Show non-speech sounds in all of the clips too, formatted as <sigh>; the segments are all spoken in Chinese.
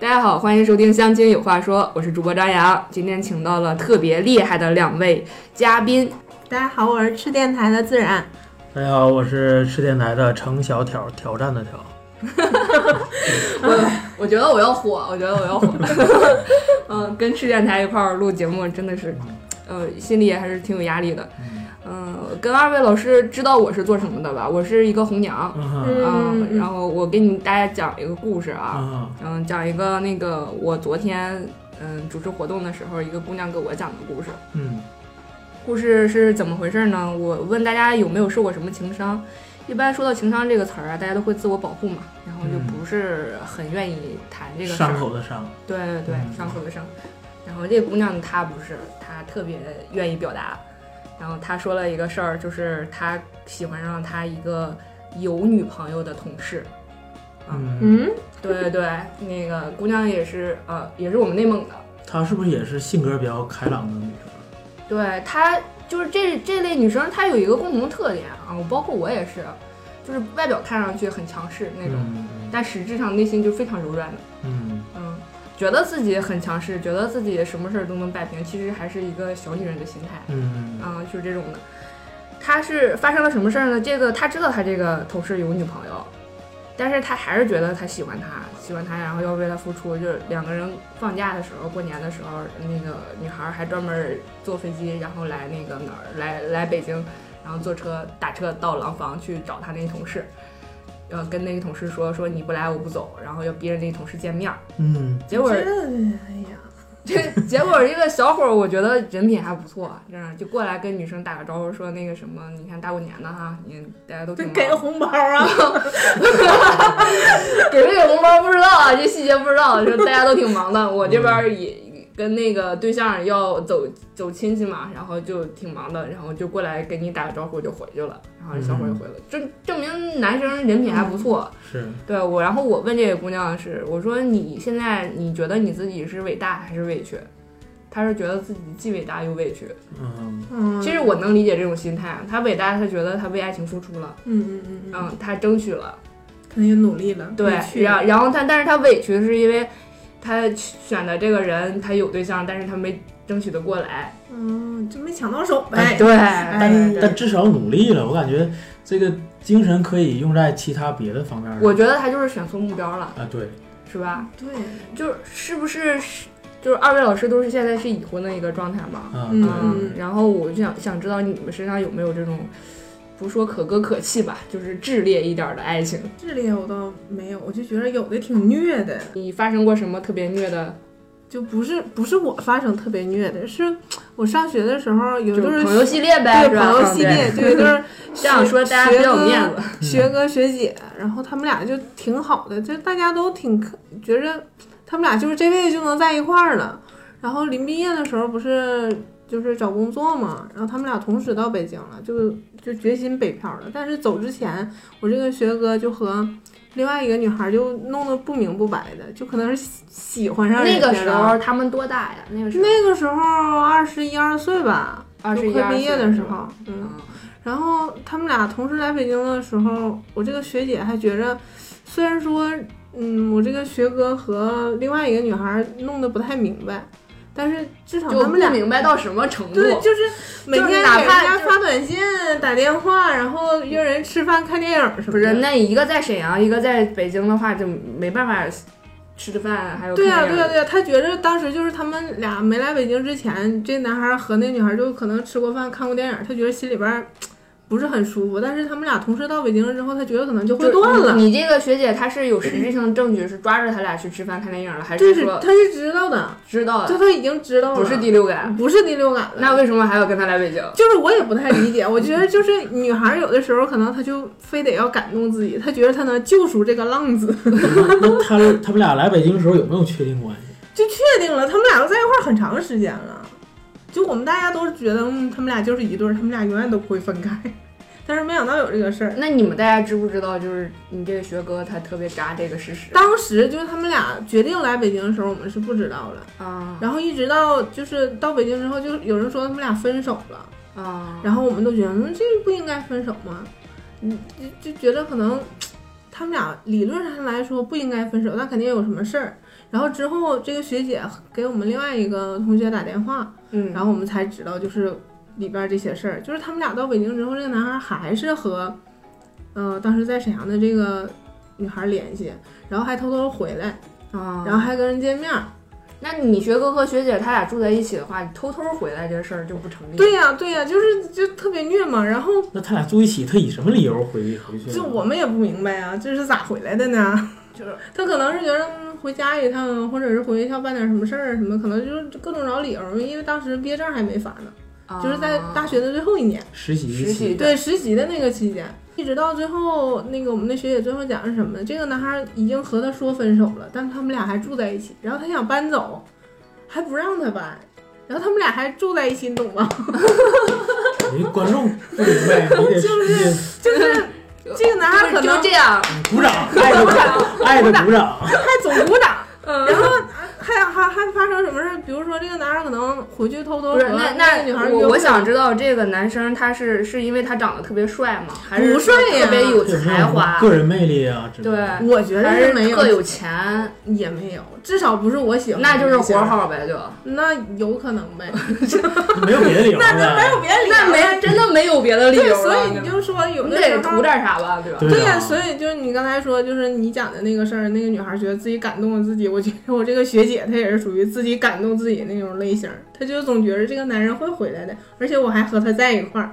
家好，欢迎收听《乡亲有话说》，我是主播张扬。今天请到了特别厉害的两位嘉宾，大家好，我是吃电台的自然。大家好，我是吃电台的程小挑，挑战的挑。我我觉得我要火，我觉得我要火。 <laughs> 嗯，跟吃电台一块儿录节目，真的是，呃，心里还是挺有压力的。嗯、跟二位老师知道我是做什么的吧？我是一个红娘。嗯哼，嗯，嗯然后我给你大家讲一个故事啊，嗯嗯，讲一个那个我昨天嗯主持活动的时候，一个姑娘给我讲的故事。嗯故事是怎么回事呢？我问大家有没有受过什么情伤？一般说到情伤这个词儿啊，大家都会自我保护嘛，然后就嗯不是很愿意谈这嗯，个事儿伤。口的伤。对对对，嗯伤口的伤。然后这姑娘她不是，她特别愿意表达。然后她说了一个事儿，就是她喜欢上她一个有女朋友的同事。啊嗯，嗯，对对对，那个姑娘也是呃，也是我们内蒙的。她是不是也是性格比较开朗的女生？对她就是这这类女生，她有一个共同特点啊，我包括我也是，就是外表看上去很强势那种，嗯但实质上内心就非常柔软的，嗯嗯，觉得自己很强势，觉得自己什么事儿都能摆平，其实还是一个小女人的心态，嗯啊、就是这种的。她是发生了什么事儿呢？这个她知道她这个同事有女朋友，但是她还是觉得她喜欢他，喜欢他，然后要为他付出。就是两个人放假的时候，过年的时候，那个女孩儿还专门坐飞机，然后来那个哪儿，来来北京，然后坐车打车到廊坊去找她那同事，要跟那个同事说说你不来我不走，然后要逼着那同事见面儿。嗯结果这哎呀，这 <laughs> 结果这个小伙儿，我觉得人品还不错，这样就过来跟女生打个招呼，说那个什么，你看大过年的哈，你大家都挺这忙给个红包啊！给没给红包不知道啊，这细节不知道，说大家都挺忙的，我这边儿也跟那个对象要走走亲戚嘛，然后就挺忙的，然后就过来给你打个招呼就回去了，然后这小伙儿就回了，证证明男生人品还不错，是对我，然后我问这个姑娘是，我说你现在你觉得你自己是伟大还是委屈？她是觉得自己既伟大又委屈。嗯嗯，其实我能理解这种心态，她伟大，她觉得她为爱情付出了，嗯嗯嗯嗯，嗯，她争取了，肯定努力了，对委，屈然然后她，但是她委屈是因为她选的这个人，她有对象，但是她没争取得过来，嗯，就没抢到手哎，呗。对，哎对对但至少努力了，我感觉这个精神可以用在其他别的方嗯面。我觉得她就是选错目标了，啊，对，是吧？对，就是是不是是就是二位老师都是现在是已婚的一个状态吗？啊，嗯对，嗯，然后我就想想知道你们身上有没有这种，不说可歌可泣吧，就是炽烈一点儿的爱情。这里我倒没有，我就觉得有的挺虐的，你发生过什么特别虐的？就不是不是我发生特别虐的，是我上学的时候有就就是是朋友系列呗，对是朋吧？友系列，对， <laughs> 就是这样说大家比较有面子。学嗯哥学姐，然后他们俩就挺好的，就大家都挺可觉着他们俩就是这辈子就能在一块儿了。然后临毕业的时候不是就是找工作嘛，然后他们俩同时到北京了，就就决心北漂了。但是走之前，我这个学哥就和另外一个女孩就弄得不明不白的，就可能是喜喜欢上人那家个时了候他们多大呀？那个时候啊那个时候二十一二岁吧，二十就一快二毕业的时岁候，嗯。嗯，然后他们俩同时来北京的时候，我这个学姐还觉着，虽然说，嗯，我这个学哥和另外一个女孩弄得不太明白，但是至少就他们俩不明白到什么程度。对，就是每就是天哪给人怕家就是发短信、打电话，然后约人吃饭、看电影什么的。不是，那一个在沈阳，一个在北京的话，就没办法吃着饭，还有对呀、呀、对啊呀、对呀、他觉着当时就是他们俩没来北京之前，这男孩和那女孩就可能吃过饭、看过电影，他觉得心里边儿不是很舒服。但是他们俩同时到北京了之后，他觉得可能就会嗯断了。你这个学姐她是有实质性的证据，是抓着他俩去吃饭看电影了，还这是是说他是知道的，知道就了，他已经知道了，不是第六感？不是第六感了。那为什么还要跟他来北京？就是我也不太理解，我觉得就是女孩有的时候可能她就非得要感动自己，她觉得她能救赎这个浪子，那他他们俩来北京的时候有没有确定关系？就确定了，他们俩都在一块儿很长时间了，就我们大家都觉得，嗯，他们俩就是一对儿，他们俩永远都不会分开，但是没想到有这个事儿。那你们大家知不知道，就是你这个学哥他特别渣这个事实当时就是他们俩决定来北京的时候，我们是不知道的，啊然后一直到就是到北京之后，就有人说他们俩分手了。啊！然后我们都觉得，嗯，这不应该分手吗？嗯，就就觉得可能他们俩理论上来说不应该分手，但肯定有什么事儿。然后之后这个学姐给我们另外一个同学打电话，嗯，然后我们才知道就是里边这些事儿，就是他们俩到北京之后，这个男孩还是和，嗯、当时在沈阳的这个女孩联系，然后还偷偷回来，啊，然后还跟人见面儿。那你学哥和学姐他俩住在一起的话，你偷偷回来这事儿就不成立。对呀、对呀、就是就特别虐嘛。然后那他俩住一起，他以什么理由回回去的？就我们也不明白啊，这是咋回来的呢？就是 <laughs> 他可能是觉得嗯回家一趟，或者是回学校办点什么事儿什么，可能就是各种找理由。因为当时毕业证还没发呢，啊，就是在大学的最后一年，实习实习一起，对实习的那个期间，一直到最后那个我们那学姐最后讲是什么呢？这个男孩已经和他说分手了，但他们俩还住在一起，然后他想搬走，还不让他搬。然后他们俩还住在一起，你懂吗？你观众不明 <laughs> 白，你得你得就是这个男孩可就能 <laughs> 就这 <laughs> 样，鼓掌，爱的鼓掌，爱的 <laughs> 鼓掌。还总鼓掌，嗯，然后 <laughs> 还还还发生什么事？比如说这个男孩可能回去偷偷不和是那个女孩那约我会我想知道这个男生他是是因为他长得特别帅吗？还是不帅呀特别有这有没才华有？个人魅力啊，之类的对我觉得还是是没有特有钱，也没有，至少不是我喜欢的那类型，就是活号呗，就那有可能 <laughs> 呗，没有别的理由啊那那没有别了。的理由那没真的没有别的理对，由所了。以你就说有你的得时图候。点啥吧，对吧？对对呀、啊所以就是你刚才说，就是你讲的那个事儿，那个女孩觉得自己感动了自己。我觉得我这个学姐她也是属于自己感动自己那种类型儿，她就总觉得这个男人会回来的，而且我还和他在一块儿。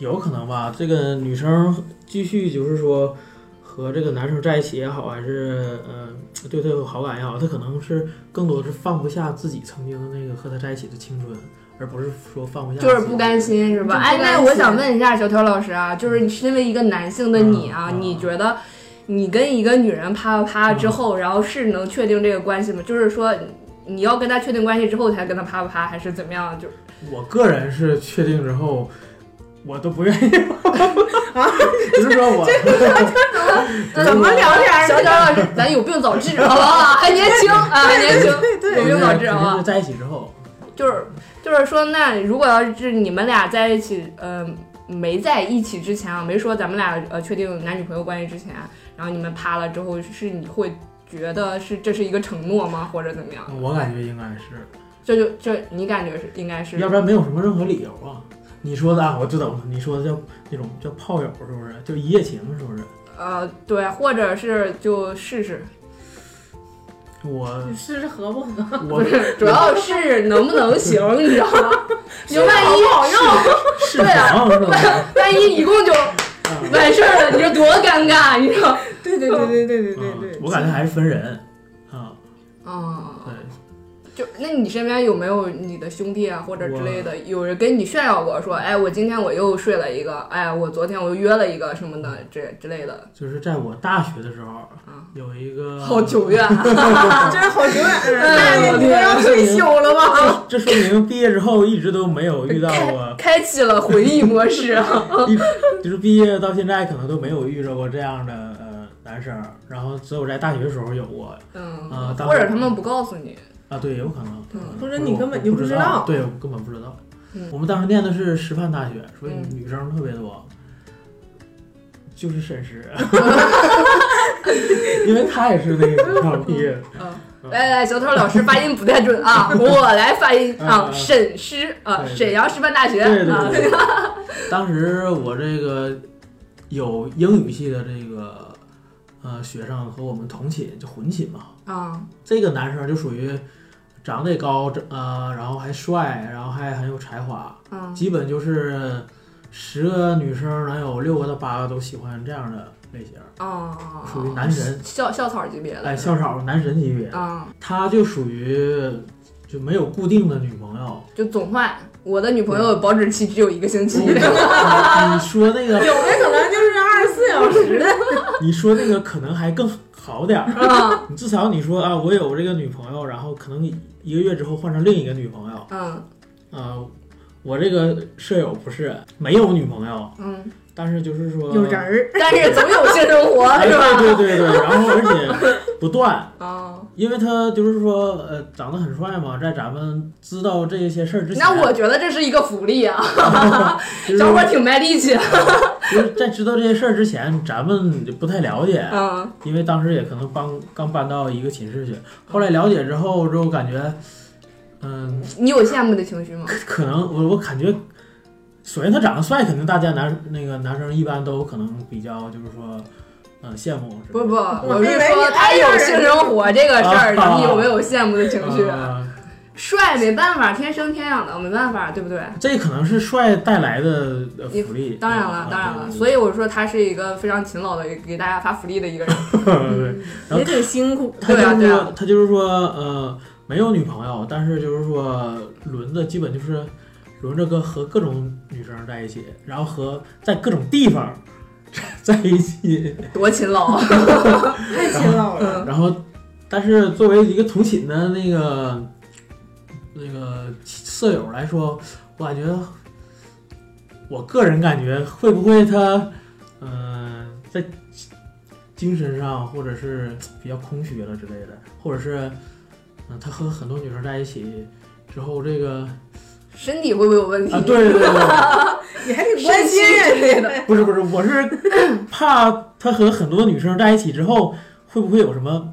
有可能吧？这个女生继续就是说和这个男生在一起也好，还是呃对他有好感也好，她可能是更多是放不下自己曾经的那个和他在一起的青春，而不是说放不下就是自己不甘。心是吧？就不哎，那甘我心想问一下小条老师啊，就是身为一个男性的你啊，嗯嗯你觉得你跟一个女人啪啪啪之后，然后是能确定这个关系吗？就是说你要跟她确定关系之后才跟她啪啪啪，还是怎么样？就我个人是确定之后，我都不愿意。 <laughs> 啊就是说我那怎么聊天儿小条老师，咱有病早治好不好？还年轻啊，还年 <laughs> 轻，有肯病早定治好不好是？在一起之后，就是就是说，那如果要是你们俩在一起，呃，没在一起之前啊，没说咱们俩呃确定男女朋友关系之前，啊然后你们啪了之后，是你会觉得是这是一个承诺吗，或者怎么样？我感觉应该是。这就这你感觉是应该是要不然没有什么任何理由啊。你说的啊，我知道了，你说的叫那种叫炮友是不是？就一夜情是不是？呃对，或者是就试试，我 <laughs> 你试试合不合？ <laughs> 不我是主要是能不能行，你知道吗？你万一好用，是啊房是吧？万一一共就啊完事儿了，你这多尴尬，你知道？对对对对对对对对，嗯我感觉还是分人哦啊。啊、对，就那你身边有没有你的兄弟啊或者之类的，有人跟你炫耀过说，哎，我今天我又睡了一个，哎，我昨天我又约了一个什么的，这之类的，就是在我大学的时候嗯，有一个好久远啊，真是好久远哎啊！我那你都要退休了吧？这说明毕业之后一直都没有 <laughs> 遇到开过，开启了回忆模式 <laughs> 啊，就是毕业到现在可能都没有遇到过这样的呃男生，然后只有在大学的时候有过嗯，啊当或者然他们不告诉你，啊，对，有可能嗯，或不者是你根本就不不知道道，对，我根本不知道嗯。我们当时念的是师范大学，所以嗯女生特别多，就是沈师， <laughs> 因为他也是那个学校毕业的，嗯来来，哎小偷老师发音不太准 <laughs> 啊，我来发音啊，嗯嗯沈师啊，对对沈阳师范大学对啊， <laughs> 对对。当时我这个有英语系的这个呃学生和我们同寝，就混寝嘛，啊，这个男生就属于长得也高，呃，然后还帅，然后还很有才华，嗯基本就是十个女生能有六个到八个都喜欢这样的类型，啊，属于男神，校校草级别的，哎，校草男神级别。啊，他就属于就没有固定的女朋友。哦就总换，我的女朋友保质期只有一个星期。<laughs> 你你说那个，有的可能就是二十四小时的，你说那个可能还更好点儿。啊，你至少你说啊，我有这个女朋友，然后可能一个月之后换成另一个女朋友。嗯啊、我这个舍友不是没有女朋友，嗯，但是就是说有人儿，但是总有性生活，哎，是吧？ <laughs> 对对对对，然后而且不断。啊，因为他就是说，呃，长得很帅嘛，在咱们知道这些事儿之前，那我觉得这是一个福利啊，就是小伙儿挺卖力气，就是 <laughs> 在知道这些事儿之前，咱们不太了解，啊，因为当时也可能帮刚搬到一个寝室去。后来了解之后，之后感觉，嗯，你有羡慕的情绪吗？可能我我感觉，首先他长得帅，肯定大家男那个男生一般都可能比较就是说，嗯、羡慕呃之类不的。不，我以是为你说他爱有上性人生活这个事儿，啊你有没有羡慕的情绪？啊帅没办法，天生天养的，没办法，对不对？这可能是帅带来的呃你福利。嗯当然了，当然了，所以以我说他是一个非常勤劳的，给大家发福利的一个人。对，然后也挺辛苦。他就对啊是对说、啊他就是说呃没有女朋友，但是就是说轮着基本就是轮着跟和各种女生在一起，然后和在各种地方 <laughs> 在一起，多勤劳，啊太勤劳了。然后但是作为一个同寝的那个那个舍友来说，我感觉我个人感觉会不会他嗯、呃在精神上或者是比较空虚了之类的，或者是嗯、呃他和很多女生在一起之后这个身体会不会有问题？啊对对对对，你还挺关心人家的。不是不是，我是 <coughs> 怕他和很多女生在一起之后会不会有什么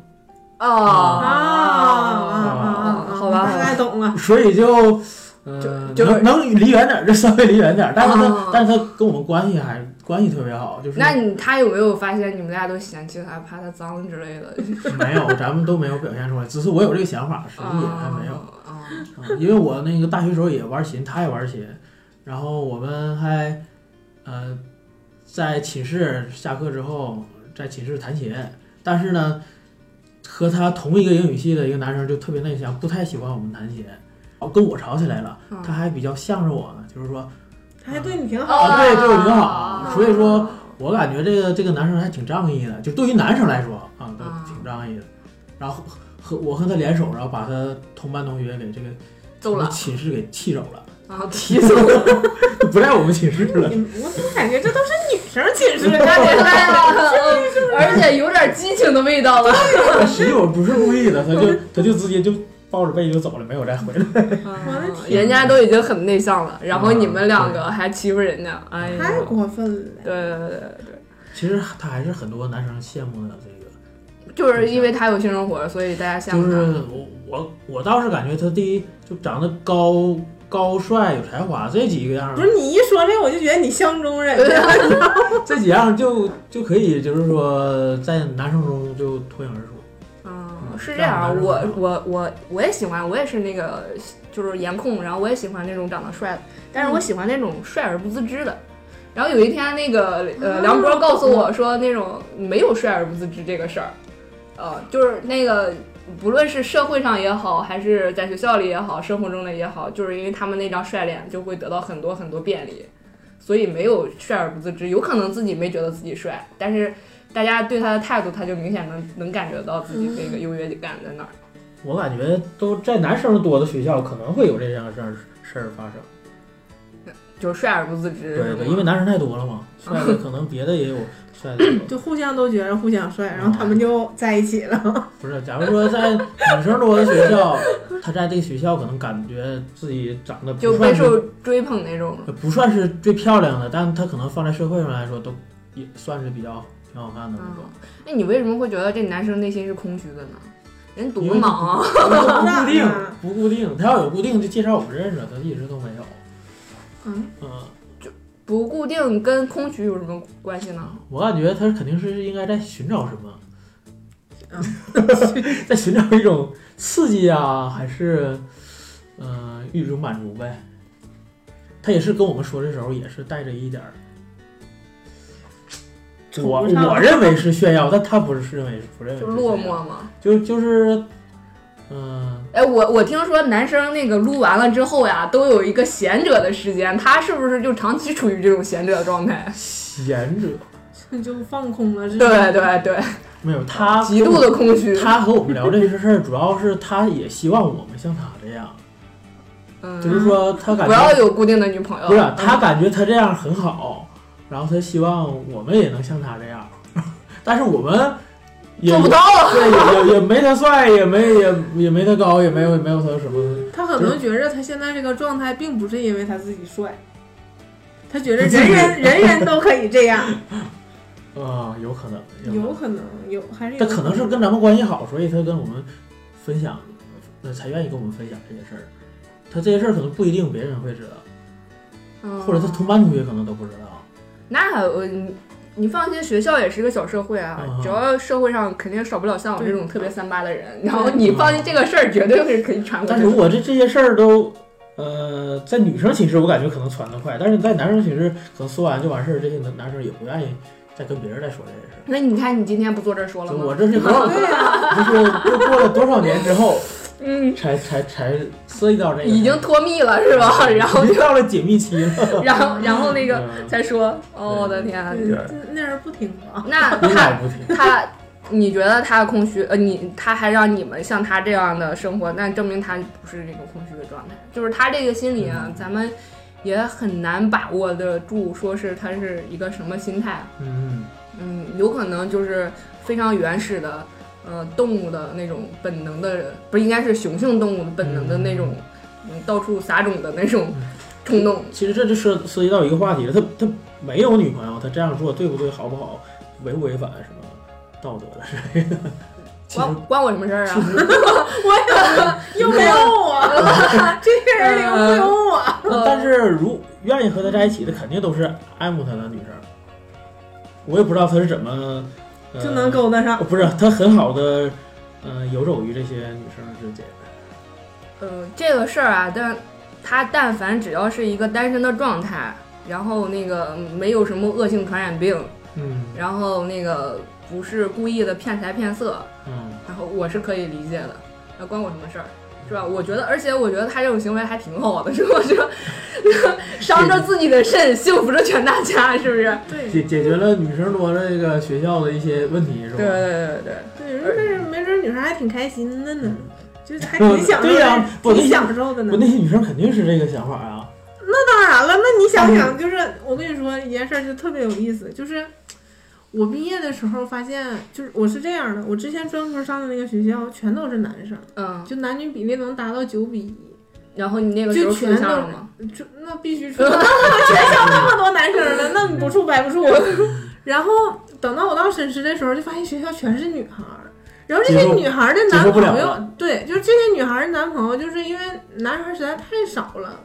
哦啊啊啊啊！好吧，好大吧概懂了。所以就，呃，就就是能能离远点儿就稍微离远点儿，但是他、啊但是他跟我们关系还关系特别好，就是那你他有没有发现你们俩都嫌弃他，怕他脏之类的？没有，咱们都没有表现出来，只是我有这个想法，实际也还没有，啊啊嗯因为我那个大学时候也玩琴，他也玩琴，然后我们还，呃，在寝室下课之后在寝室弹琴，但是呢，和他同一个英语系的一个男生就特别内向，不太喜欢我们弹琴，哦跟我吵起来了，啊他还比较向着我呢，就是说。他还对你挺好。啊对对我觉得好啊所以说我感觉这个这个男生还挺仗义的，就对于男生来说啊，都啊挺仗义的。然后和我和他联手，然后把他同班同学给这个揍了寝室给气走了， <laughs> 啊，踢走了，不在我们寝室了。你们我怎么感觉这都是女生寝室感觉来了，而且有点激情的味道了。实际我不是故意的，他就他就直接就抱着被就走了，没有再回来。 <laughs> 的人家都已经很内向了，然后你们两个还欺负人家，哎呀，太过分了。对对对对其实他还是很多男生羡慕的这对，就是因为他有性生活，所以大家羡慕个，就是他。我我我倒是感觉他第一就长得高高帅有才华这几个样儿不是你一说这，我就觉得你相中人 <laughs> 对家。啊这几样就就可以，就是说在男生中就脱颖而出。嗯，是这样，嗯我我我我也喜欢，我也是那个就是颜控，然后我也喜欢那种长得帅的，但是嗯我喜欢那种帅而不自知的。然后有一天，那个呃，啊梁博告诉我说，那种没有帅而不自知这个事儿，呃，就是那个不论是社会上也好，还是在学校里也好，生活中的也好，就是因为他们那张帅脸就会得到很多很多便利，所以没有帅而不自知，有可能自己没觉得自己帅，但是大家对他的态度，他就明显能能感觉到自己那个优越感在哪儿。我感觉都在男生多的学校可能会有这样的事儿事儿发生。就是帅而不自知，是对吗对，因为男生太多了嘛，帅的可能别的也有帅 <laughs> 的也有。就互相都觉得互相帅，然后他们就在一起了。不是，假如说在女生多的学校，他在这个学校可能感觉自己长得不就备算是呃受追捧那种。不算是最漂亮的，但他可能放在社会上来说都也算是比较挺好看的那种 <laughs> 嗯。，那你为什么会觉得这男生内心是空虚的呢？人多因为忙啊！不固定嗯，不固定。他要有固定就介绍我们认识，他一直都没有。嗯嗯。不固定跟空虚有什么关系呢？我感觉他肯定是应该在寻找什么嗯，嗯 <laughs> 在寻找一种刺激啊，还是嗯、呃一种满足呗。他也是跟我们说的时候，也是带着一点儿，我崇尚我认为是炫耀，但他不是认为不认为就是落炫耀，寞嘛。就就是嗯、哎，我我听说男生那个撸完了之后呀，都有一个闲者的时间，他是不是就长期处于这种闲者状态？贤者就放空了。对对对，没有他极度的空虚。他和我们聊这些事儿，主要是他也希望我们像他这样，就嗯，是说他感不觉要有固定的女朋友。嗯不是，他感觉他这样很好，然后他希望我们也能像他这样， <laughs> 但是我们也做不到啊。 <laughs> 对，也也也没他帅，也没也也没他高，也没有也没有他什么。他可能觉着他现在这个状态，并不是因为他自己帅，他觉得人人人人都可以这样， <laughs> 啊，有可能，有可能有还是有他可能是跟咱们关系好，所以他跟我们分享，呃，才愿意跟我们分享这些事儿。他这些事儿可能不一定别人会知道，嗯或者他同班同学可能都不知道。那我你放心，学校也是一个小社会啊，嗯只要社会上肯定少不了像我这种特别三八的人，然后嗯你放心，这个事儿绝对是可以传过但去如的。果这这些事儿都，呃，在女生寝室我感觉可能传得快，但是在男生寝室可能说完就完事儿，这些男男生也不愿意再跟别人再说这些事儿。那你看，你今天不坐这儿说了就吗？我这是多少，对呀、就是又过了多少年之后， <laughs> 嗯，才才才涉及到这个，已经脱密了是 <laughs> 吧？然后已经到了解密期了。然后然后 <laughs> 那个嗯再说，哦，我的天啊，对嗯那人不听 <laughs> 话，那阴他道不停。他，你觉得他的空虚，呃，你他还让你们像他这样的生活，那证明他不是这种空虚的状态，就是他这个心理啊，嗯咱们也很难把握得住，说是他是一个什么心态，啊嗯，嗯，有可能就是非常原始的，呃，动物的那种本能的，不是应该是雄性动物的本能的那种，嗯，到处撒种的那种嗯冲动，其实这就涉涉及到一个话题了，他他没有女朋友，他这样做对不对，好不好，违不违反什么道德的之类的。 <laughs> 其实关关我什么事儿啊？ <laughs> 我有又没有我，这些人领不有我，呃但是如愿意和他在一起的，肯定都是爱慕他的女生。我也不知道他是怎么、呃、就能勾搭上。哦不是他很好的呃游走于这些女生之间。呃，这个事儿啊，但他但凡只要是一个单身的状态，然后那个嗯没有什么恶性传染病，嗯然后那个不是故意的骗财骗色，嗯，然后我是可以理解的，那关我什么事儿？是吧？我觉得，而且我觉得他这种行为还挺好的，是吧？ <laughs> 是吧？ <laughs> 伤着自己的肾，幸福着全大家，是不是？对解解决了女生多这个学校的一些问题是吧？嗯对对对对对，人没准没准女孩还挺开心的呢，就是还嗯挺享受的，对呀我挺享受的呢不，。那些女生肯定是这个想法啊。当然了，那你想嗯想，就是我跟你说一件事儿，就特别有意思，就是我毕业的时候发现，就是我是这样的，我之前专科上的那个学校全都是男生，啊嗯。就男女比例能达到九比一，然后你那个时候就处全都上了吗？就那必 <laughs> 须处，全校那么多男生了，那你不处白不处。啊 <laughs> 然后等到我到沈师的时候，就发现学校全是女孩儿。然后这接些受女孩儿的接男受不了朋友了，对，就是这些女孩儿的男朋友，就是因为男孩儿实在太少了，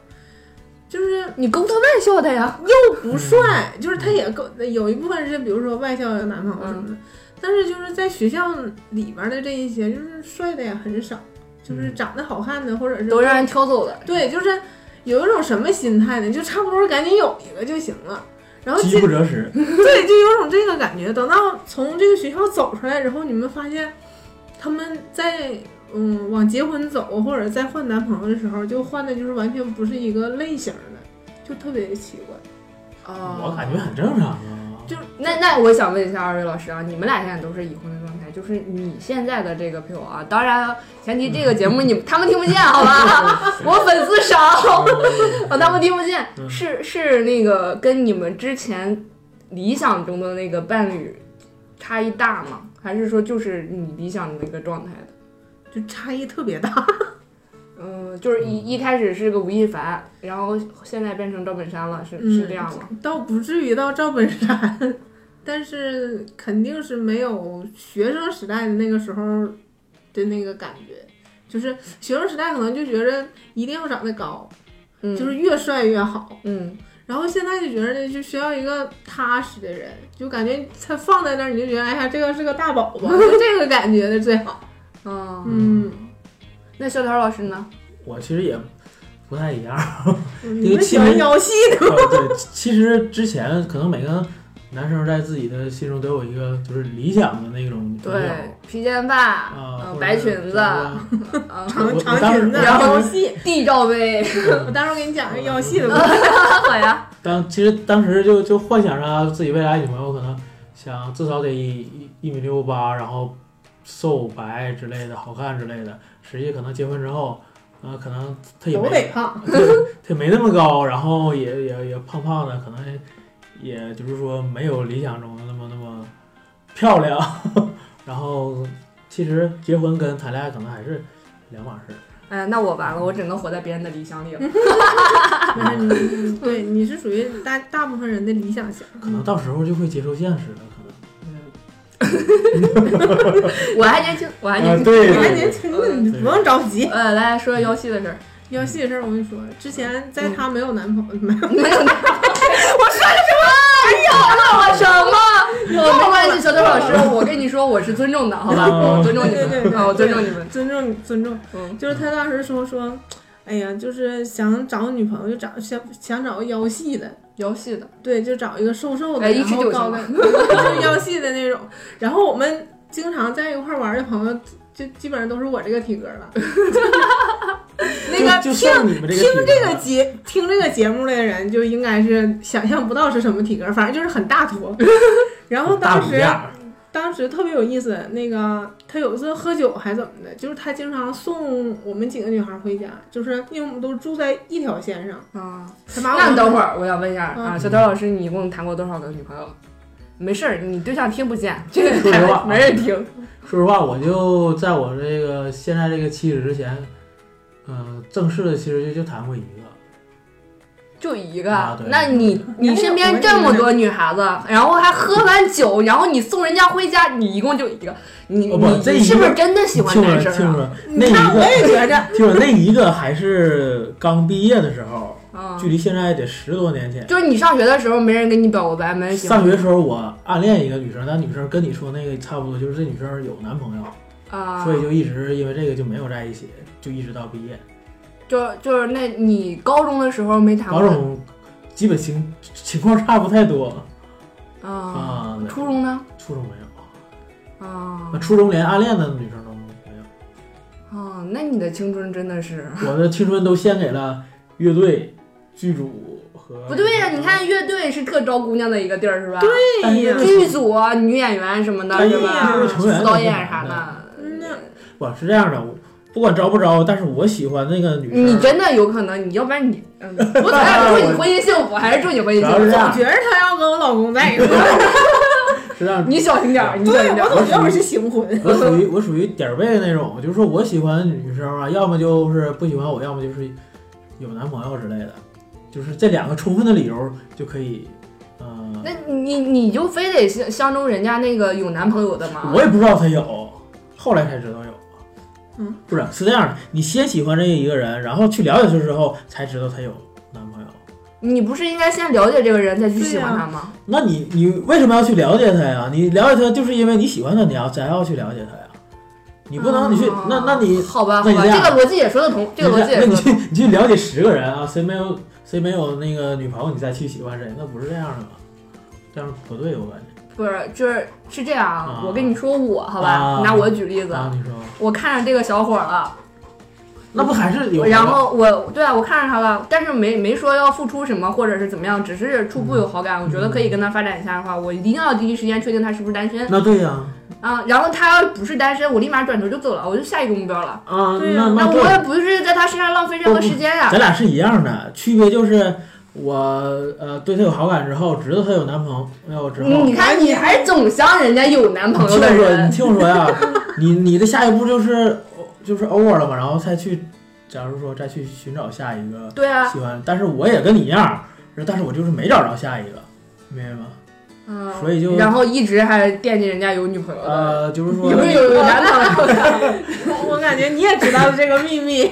就是你勾搭外校的呀？不帅，就是嗯他也够有一部分是，比如说外校有男朋友什么的，但是就是在学校里边的这一些，就是帅的也很少，就是长得好看的或者是嗯都让人挑走了。对，就是有一种什么心态呢？就差不多赶紧有一个就行了。然后饥这不择食，对，就有种这个感觉。等到从这个学校走出来之后，你们发现他们在嗯往结婚走或者在换男朋友的时候，就换的就是完全不是一个类型的，就特别奇怪。哦我感觉很正常啊。 <laughs> 那那我想问一下二位老师啊，你们俩现在都是已婚的状态，就是你现在的这个配偶啊，当然前提这个节目你他们听不见，好吧？我粉丝少，哦嗯他们听不见，嗯是是那个跟你们之前理想中的那个伴侣差异大吗？还是说就是你理想的那个状态的？就差异特别大。嗯，就是一一开始是个吴亦凡，然后现在变成赵本山了，是是这样吗？倒不至于到赵本山，但是肯定是没有学生时代的那个时候的那个感觉。就是学生时代可能就觉着一定要长得高，嗯，就是越帅越好。嗯，然后现在就觉着就需要一个踏实的人，就感觉他放在那儿你就觉得哎呀这个是个大宝宝，就这个感觉的最好。嗯，嗯，那萧条老师呢？我其实也不太一样。嗯你们喜欢腰细 <laughs> 的，呃对，其实之前可能每个男生在自己的心中都有一个就是理想的那种女友对，披肩发，啊，嗯，或者是白裙子， <laughs> 就是嗯，我长我长当时裙子，我然当时后腰细。 <laughs> 地罩杯，我嗯待会儿给你讲个腰细的故事。好呀，当其实当时就就幻想着自己未来女朋友可能想至少得一一一米六八，然后瘦白之类的，好看之类的。实际可能结婚之后，呃，可能她也都没得胖，他没那么高，然后也也也胖胖的，可能也就是说没有理想中那么那么漂亮。 <laughs> 然后其实结婚跟谈恋爱可能还是两码事儿。哎呀，那我完了，我只能活在别人的理想里了。啊嗯对，对，你是属于大大部分人的理想型。可能到时候就会接受现实了，可能。我还年轻，我还年啊，轻。对，你还对年轻呢，你不用着急。呃，来说腰细的事儿， <laughs> 腰细的事儿，我跟你说，之前在她没有男朋友，没 <laughs> 有没有。我说的什么？你有了我什么？我没关系，小周老师，我跟你说，我是尊重的，好吧？嗯我尊重你对对们，对啊，我尊重你们。尊重尊重。嗯，就是他当时说说，哎呀，就是想找女朋友就找想想找个腰细的，腰细的，对，就找一个瘦瘦的，哎一然尺后九高行个，吗 <laughs> 就是腰细的那种。然后我们经常在一块玩的朋友，就基本上都是我这个体格了。那个就就听剩你们这听个体这啊格个了节听这个节目的人，就应该是想象不到是什么体格，反正就是很大 <laughs> 坨。然后大当骨时架儿，当时特别有意思，那个他有一次喝酒还怎么的，就是他经常送我们几个女孩回家，就是因为我们都住在一条线上，啊，他把我那们等会儿我想问一下啊，嗯小周老师，你一共谈过多少个女朋友？没事儿，你对象听不见，这个说实话还 <laughs> 没人听。说实话，我就在我这个现在这个妻子之前，呃，正式的其实就就谈过一个，就一个，啊对那你你身边这么多女孩子，然后还喝完酒，然后你送人家回家，你一共就一个，你、哦不这你一个是不是真的喜欢听男着生啊？听着，那你看嗯一我个也觉着， <laughs> 听着那一个还是刚毕业的时候，啊距离现在得十多年前。就是你上学的时候没人跟你表过白，没人喜欢上学的时候我暗恋一个女生，但女生跟你说那个差不多，就是这女生有男朋友，啊，所以就一直因为这个就没有在一起，就一直到毕业。就就是那你高中的时候没谈高过中基本情 <laughs> 情况差不太多啊？啊，对初中嗯呢？初中没有，啊那初中连暗恋的女生都没有。 <laughs> 啊，那你的青春真的是我的青春都献给了乐队、剧组和不对呀、你，看乐队是特招姑娘的一个地儿是吧？但是对呀乐剧队组啊、女演员什么的哎是呀吧？成员副导演啥都的，是那我是这样的，我不管招不招，但是我喜欢那个女你生。真的有可能，你要不然你，嗯，我咱俩祝你婚姻幸福，还是祝你婚姻主要是幸福这样。我觉着他要跟我老公在一块儿，<laughs> 是这样的，你小心点儿，你小对心点我儿。总觉得我是行婚，我属于我属于点儿背那种，就是说我喜欢的女生啊，要么就是不喜欢我，要么就是有男朋友之类的，就是这两个充分的理由就可以。嗯、那你你就非得相相中人家那个有男朋友的吗？我也不知道他有，后来才知道有。嗯，不是是这样的，你先喜欢这一个人，然后去了解他之后才知道他有男朋友。你不是应该先了解这个人再去喜欢他吗？那你你为什么要去了解他呀？你了解他就是因为你喜欢他，你要才要去了解他呀。你不能你去、啊那那你好吧好那你吧，这这样个逻辑也说得通，这个逻辑也那你说得去通。你去了解十个人啊，谁没有谁没有那个女朋友，你再去喜欢谁，那不是这样的吗？这样不对，我感觉。不是，就是是这样啊啊，我跟你说我好吧啊，拿我举例子，啊，你说我看上这个小伙儿了，那不还是有？然后我对啊，我看上他了，但是没没说要付出什么或者是怎么样，只是初步有好嗯感，我觉得可以跟他发展一下的话，我一定要第一时间确定他是不是单身那对呀、啊。然后他要不是单身，我立马转头就走了，我就下一个目标了。啊，对呀那那对我，也不是在他身上浪费任何时间啊呀、咱俩是一样的，区别就是我呃对他有好感之后，知道他有男朋友之后，你看，你还总相人家有男嗯朋友你的听我说，你人，听我说呀，你你的下一步就是就是 over 了嘛，然后再去，假如说再去寻找下一个对啊，喜欢，但是我也跟你一样，但是我就是没找着下一个，明白吗？嗯，所以就然后一直还惦记人家有女朋友的，呃，就是说有，有有男朋 <laughs> 友的， <laughs> 我感觉你也知道这个秘密。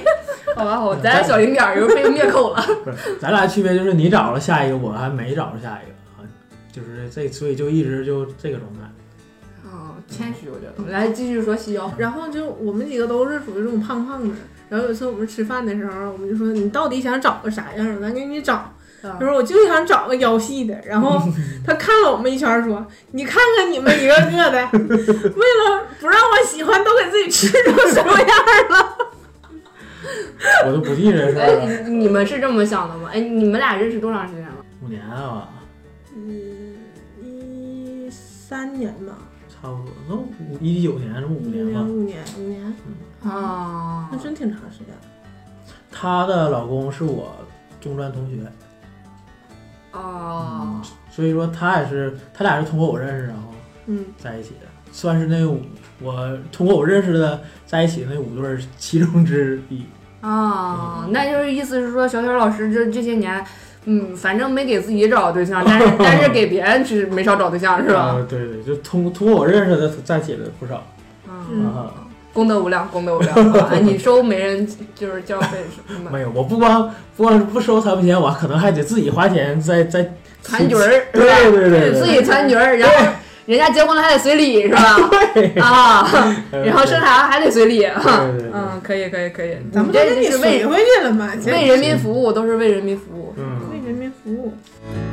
好吧，好吧，咱俩小心点儿，又被灭口了。不是，咱俩区别就是你找了下一个，我还没找着下一个啊，就是这，所以就一直就这个状态。哦，谦虚，我觉得。来继续说西瑶。然后就我们几个都是属于这种胖胖的。然后有一次我们吃饭的时候，我们就说你到底想找个啥样的，咱给你找。嗯他说我就想找个腰细的，然 <laughs> 后他看了我们一圈儿说：“你看看你们一个个的，为了不让我喜欢，都给自己吃成什么样儿了我都不记这事哎儿了，，你你们是这么想的吗？哎，你们俩认识多长时间了？五年啊了吧，？”嗯，一三年吧，差不多，那一九年，这不五一年嗯吧。五年，五年，嗯啊那真挺长时间。她的老公是我中专同学，嗯哦，所以说她也是，他俩是通过我认识，然后嗯，在一起的，算是那五我通过我认识的在一起的那五对儿其中之一。哦啊，那就是意思是说，小小老师这这些年嗯，反正没给自己找对象，但 <laughs> 是但是给别人是没少找对象，是吧？啊，对对，就通通过我认识的在一起的不少嗯，嗯啊。功德无量，功德无量。 <laughs> 啊你收没人就是交费什么没有，我不光不光是不收他们钱，我可能还得自己花钱再再残局儿，是吧？对对对，自己残局儿，然后人家结婚了还得随 <laughs> 礼，是吧？啊，然后生是孩子还得随礼。对对对，嗯，可以可以可以，咱们你都这给就你是为怼回去了嘛，为人民服务，都是为人民服务。嗯为人民服务。嗯